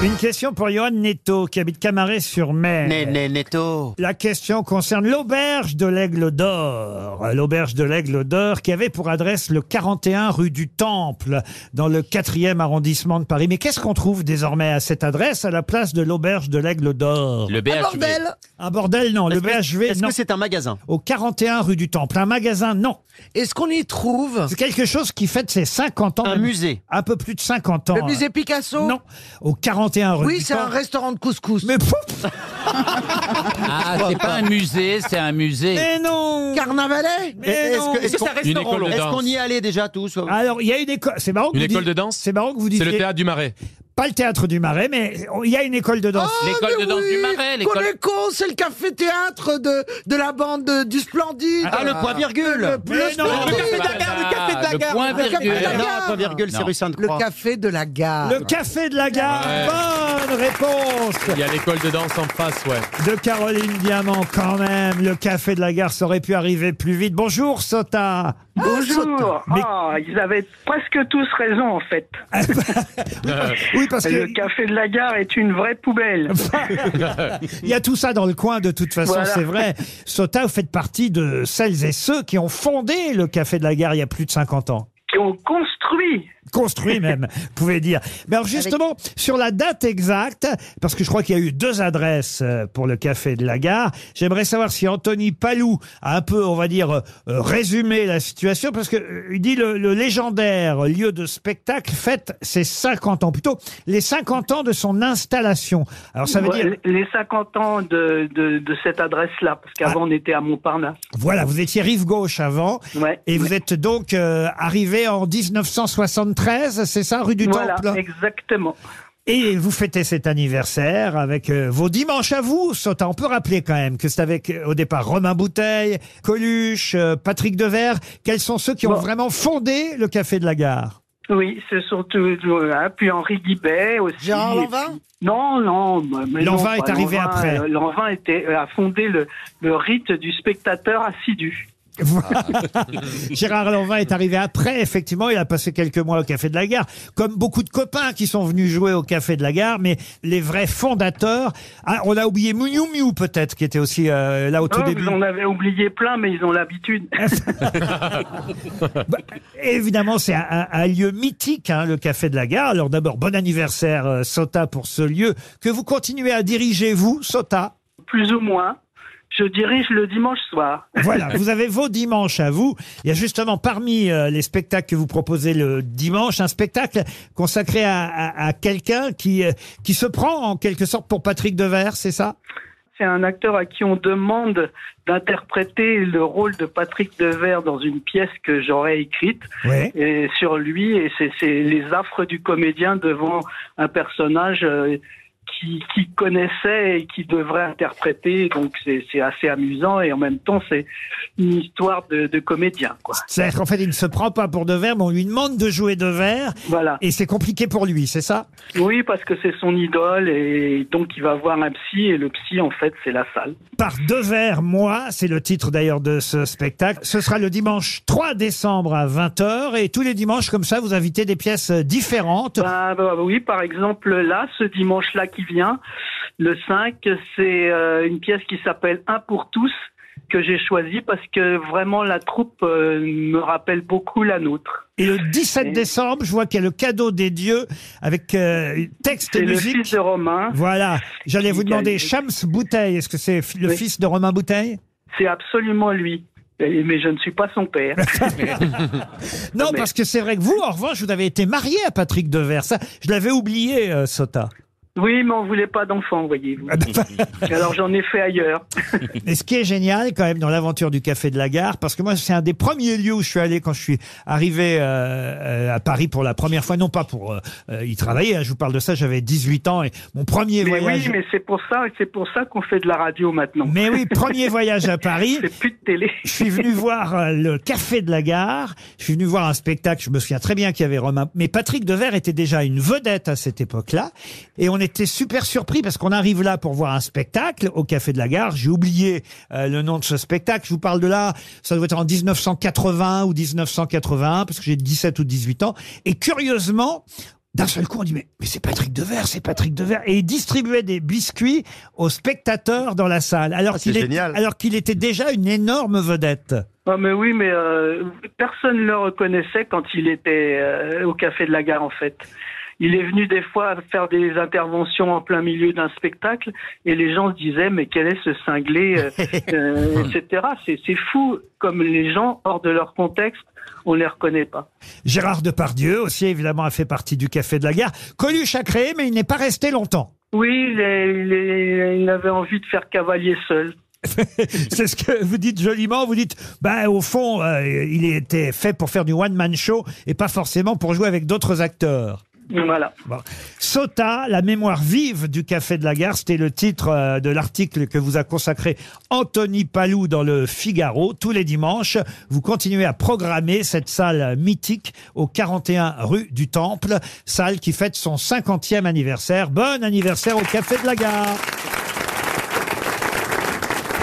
Une question pour Johan Netto, qui habite Camaret-sur-Mer. Né- né- Netto. La question concerne l'auberge de l'Aigle d'Or. L'auberge de l'Aigle d'Or qui avait pour adresse le 41 rue du Temple dans le 4e arrondissement de Paris. Mais qu'est-ce qu'on trouve désormais à cette adresse à la place de l'auberge de l'Aigle d'Or Le Ah, BHV. Un bordel, Oh, non. Le BHV, Est-ce non. que c'est un magasin Au 41 rue du Temple. Un magasin, non. Est-ce qu'on y trouve C'est quelque chose qui fête ses 50 ans. Un même- musée Oh, Un peu plus de 50 ans. le musée Picasso Non. Au 41 rue Oui, du c'est un Temple. restaurant de couscous. Mais pouf Ah, c'est pas un musée, c'est un musée. Mais non Carnavalet Mais Et- Est-ce non. que- est-ce Est-ce que c'est un qu'on restaurant, est-ce l'auberge qu'on y allait déjà tous Ah, ou- Alors, il y a une école. C'est marrant que Une vous école disiez- de danse C'est marrant que vous C'est le disiez théâtre du Marais. pas le théâtre du Marais, mais il y a une école de Ah danse. L'école de danse du Marais, Qu'on l'école- est con, c'est le café-théâtre de, de la bande de- du Splendide. Ah, le point virgule Mais non, Splendide. le café de la gare, le café de la gare. Ah, point Le café de la virgule. gare. Non, un point Ah, virgule, c'est Non. rue Le Sainte-Croix. café de la gare. Ah. Le café de la gare, bonne réponse Il y a l'école de danse en face, ouais. de Caroline Diamant quand même. Le café de la gare, ça aurait pu arriver plus vite. Bonjour Sota. Bonjour. Mais- Ah, ils avaient presque tous raison en fait. Oui, parce Le que Ah, café de la gare est une vraie poubelle. il y a tout ça dans le coin de toute façon, Voilà. c'est vrai. Sota, vous faites partie de celles et ceux qui ont fondé le café de la gare il y a plus de 50 ans. Et on construit. construit même, vous pouvez dire. Mais alors justement, sur la date exacte, parce que je crois qu'il y a eu deux adresses euh, pour le café de la gare, j'aimerais savoir si Anthony Palou a un peu, on va dire, euh, euh, résumé la situation, parce que euh, il dit le, le légendaire lieu de spectacle fête ses 50 ans, plutôt les 50 ans de son installation. Alors ça veut dire, Les 50 ans de, de, de cette adresse-là, parce qu'avant Ah. on était à Montparnasse. voilà, vous étiez rive gauche avant, Ouais. et vous êtes donc euh, arrivé en 1973, c'est ça, rue du Voilà, Temple exactement. Et vous fêtez cet anniversaire avec euh, vos dimanches à vous. Sautin. On peut rappeler quand même que c'est avec euh, au départ Romain Bouteille, Coluche, euh, Patrick Devers. Quels sont ceux qui ont Bon. vraiment fondé le Café de la Gare Oui, ce sont tous. voilà. Puis Henri Guibet aussi. Gérard Et Lanvin puis- Non, non. mais non, Lanvin est pas arrivé Lanvin. après. Euh, Lanvin était, a fondé le, le rite du spectateur assidu. Voilà. Gérard Lanvin est arrivé après, effectivement, il a passé quelques mois au Café de la Gare, comme beaucoup de copains qui sont venus jouer au Café de la Gare, mais les vrais fondateurs, Ah, on a oublié Miu Miu peut-être, qui était aussi euh, là au tout Oh, début. vous en avez oublié plein, mais ils ont l'habitude. Bah, évidemment, c'est un, un- un lieu mythique, hein, le Café de la Gare. Alors d'abord, bon anniversaire, euh, Sota, pour ce lieu que vous continuez à diriger, vous, Sota. plus ou moins. Je dirige le dimanche soir. Voilà, vous avez vos dimanches à vous. Il y a justement parmi euh, les spectacles que vous proposez le dimanche, un spectacle consacré à, à- à quelqu'un qui, euh, qui se prend en quelque sorte pour Patrick Devers, c'est ça C'est un acteur à qui on demande d'interpréter le rôle de Patrick Devers dans une pièce que j'aurais écrite Oui. et sur lui. Et c'est c'est les affres du comédien devant un personnage euh, qui, qui connaissait et qui devrait interpréter. Donc c'est c'est assez amusant et en même temps c'est une histoire de, de comédien. Quoi. C'est-à-dire qu'en fait, il ne se prend pas pour Devers, mais on lui demande de jouer Devers, Voilà. et c'est compliqué pour lui, c'est ça Oui, parce que c'est son idole et donc il va voir un psy et le psy en fait c'est la salle. par deux vers moi, c'est le titre d'ailleurs de ce spectacle. Ce sera le dimanche 3 décembre à 20h et tous les dimanches comme ça vous invitez des pièces euh, différentes. Bah, bah, bah, oui, par exemple, là, ce dimanche-là qui vient, le 5, c'est euh, une pièce qui s'appelle Un pour tous que j'ai choisie parce que vraiment la troupe euh, me rappelle beaucoup la nôtre. Et le 17 Et- décembre, je vois qu'il y a le cadeau des dieux avec euh, texte C'est et le fils musique. de Romain. Voilà, j'allais vous Il y a demander une- Shams Bouteille, est-ce que c'est fi- le Oui. fils de Romain Bouteille C'est absolument lui. Et- Mais je ne suis pas son père. Non, Mais- parce que c'est vrai que vous, en revanche, vous avez été marié à Patrick Devers. Ça, je l'avais oublié, euh, Sota. Oui, mais on voulait pas d'enfant, voyez-vous. Alors j'en ai fait ailleurs. Et ce qui est génial quand même dans l'aventure du café de la gare, parce que moi c'est un des premiers lieux où je suis allé quand je suis arrivé euh, euh, à Paris pour la première fois, non pas pour euh, euh, y travailler, hein, je vous parle de ça, j'avais 18 ans et mon premier Mais voyage... oui, mais c'est pour ça, c'est pour ça qu'on fait de la radio maintenant. Mais oui, premier voyage à Paris. C'est plus de télé. Je suis venu voir euh, le café de la gare. Je suis venu voir un spectacle. Je me souviens très bien qu'il y avait Romain. Mais Patrick Devers était déjà une vedette à cette époque-là. Et on était super surpris parce qu'on arrive là pour voir un spectacle au café de la gare. J'ai oublié euh, le nom de ce spectacle. Je vous parle de là. Ça doit être en 1980 ou 1981 parce que j'ai 17 ou 18 ans. Et curieusement, D'un seul coup, on dit mais, mais c'est Patrick Devers, c'est Patrick Devers. Et il distribuait des biscuits aux spectateurs dans la salle, alors Ah, c'est qu'il est- génial. alors qu'il était déjà une énorme vedette. Ah mais oui, mais euh, personne ne le reconnaissait quand il était euh, au Café de la Gare, en fait. Il est venu des fois faire des interventions en plein milieu d'un spectacle et les gens se disaient mais quel est ce cinglé, euh, euh, etc. C'est c'est fou comme les gens hors de leur contexte, on les reconnaît pas. Gérard Depardieu aussi, évidemment, a fait partie du Café de la Gare. Coluche a créé, mais il n'est pas resté longtemps. Oui, il, est- il est- il avait envie de faire cavalier seul. C'est ce que vous dites joliment. Vous dites, bah, au fond, euh, il était fait pour faire du one-man show et pas forcément pour jouer avec d'autres acteurs. Voilà. Bon. Sota, la mémoire vive du Café de la Gare, c'était le titre euh, de l'article que vous a consacré Anthony Palou dans le Figaro. Tous les dimanches, vous continuez à programmer cette salle mythique au 41 rue du Temple, salle qui fête son 50e anniversaire. Bon anniversaire au Café de la Gare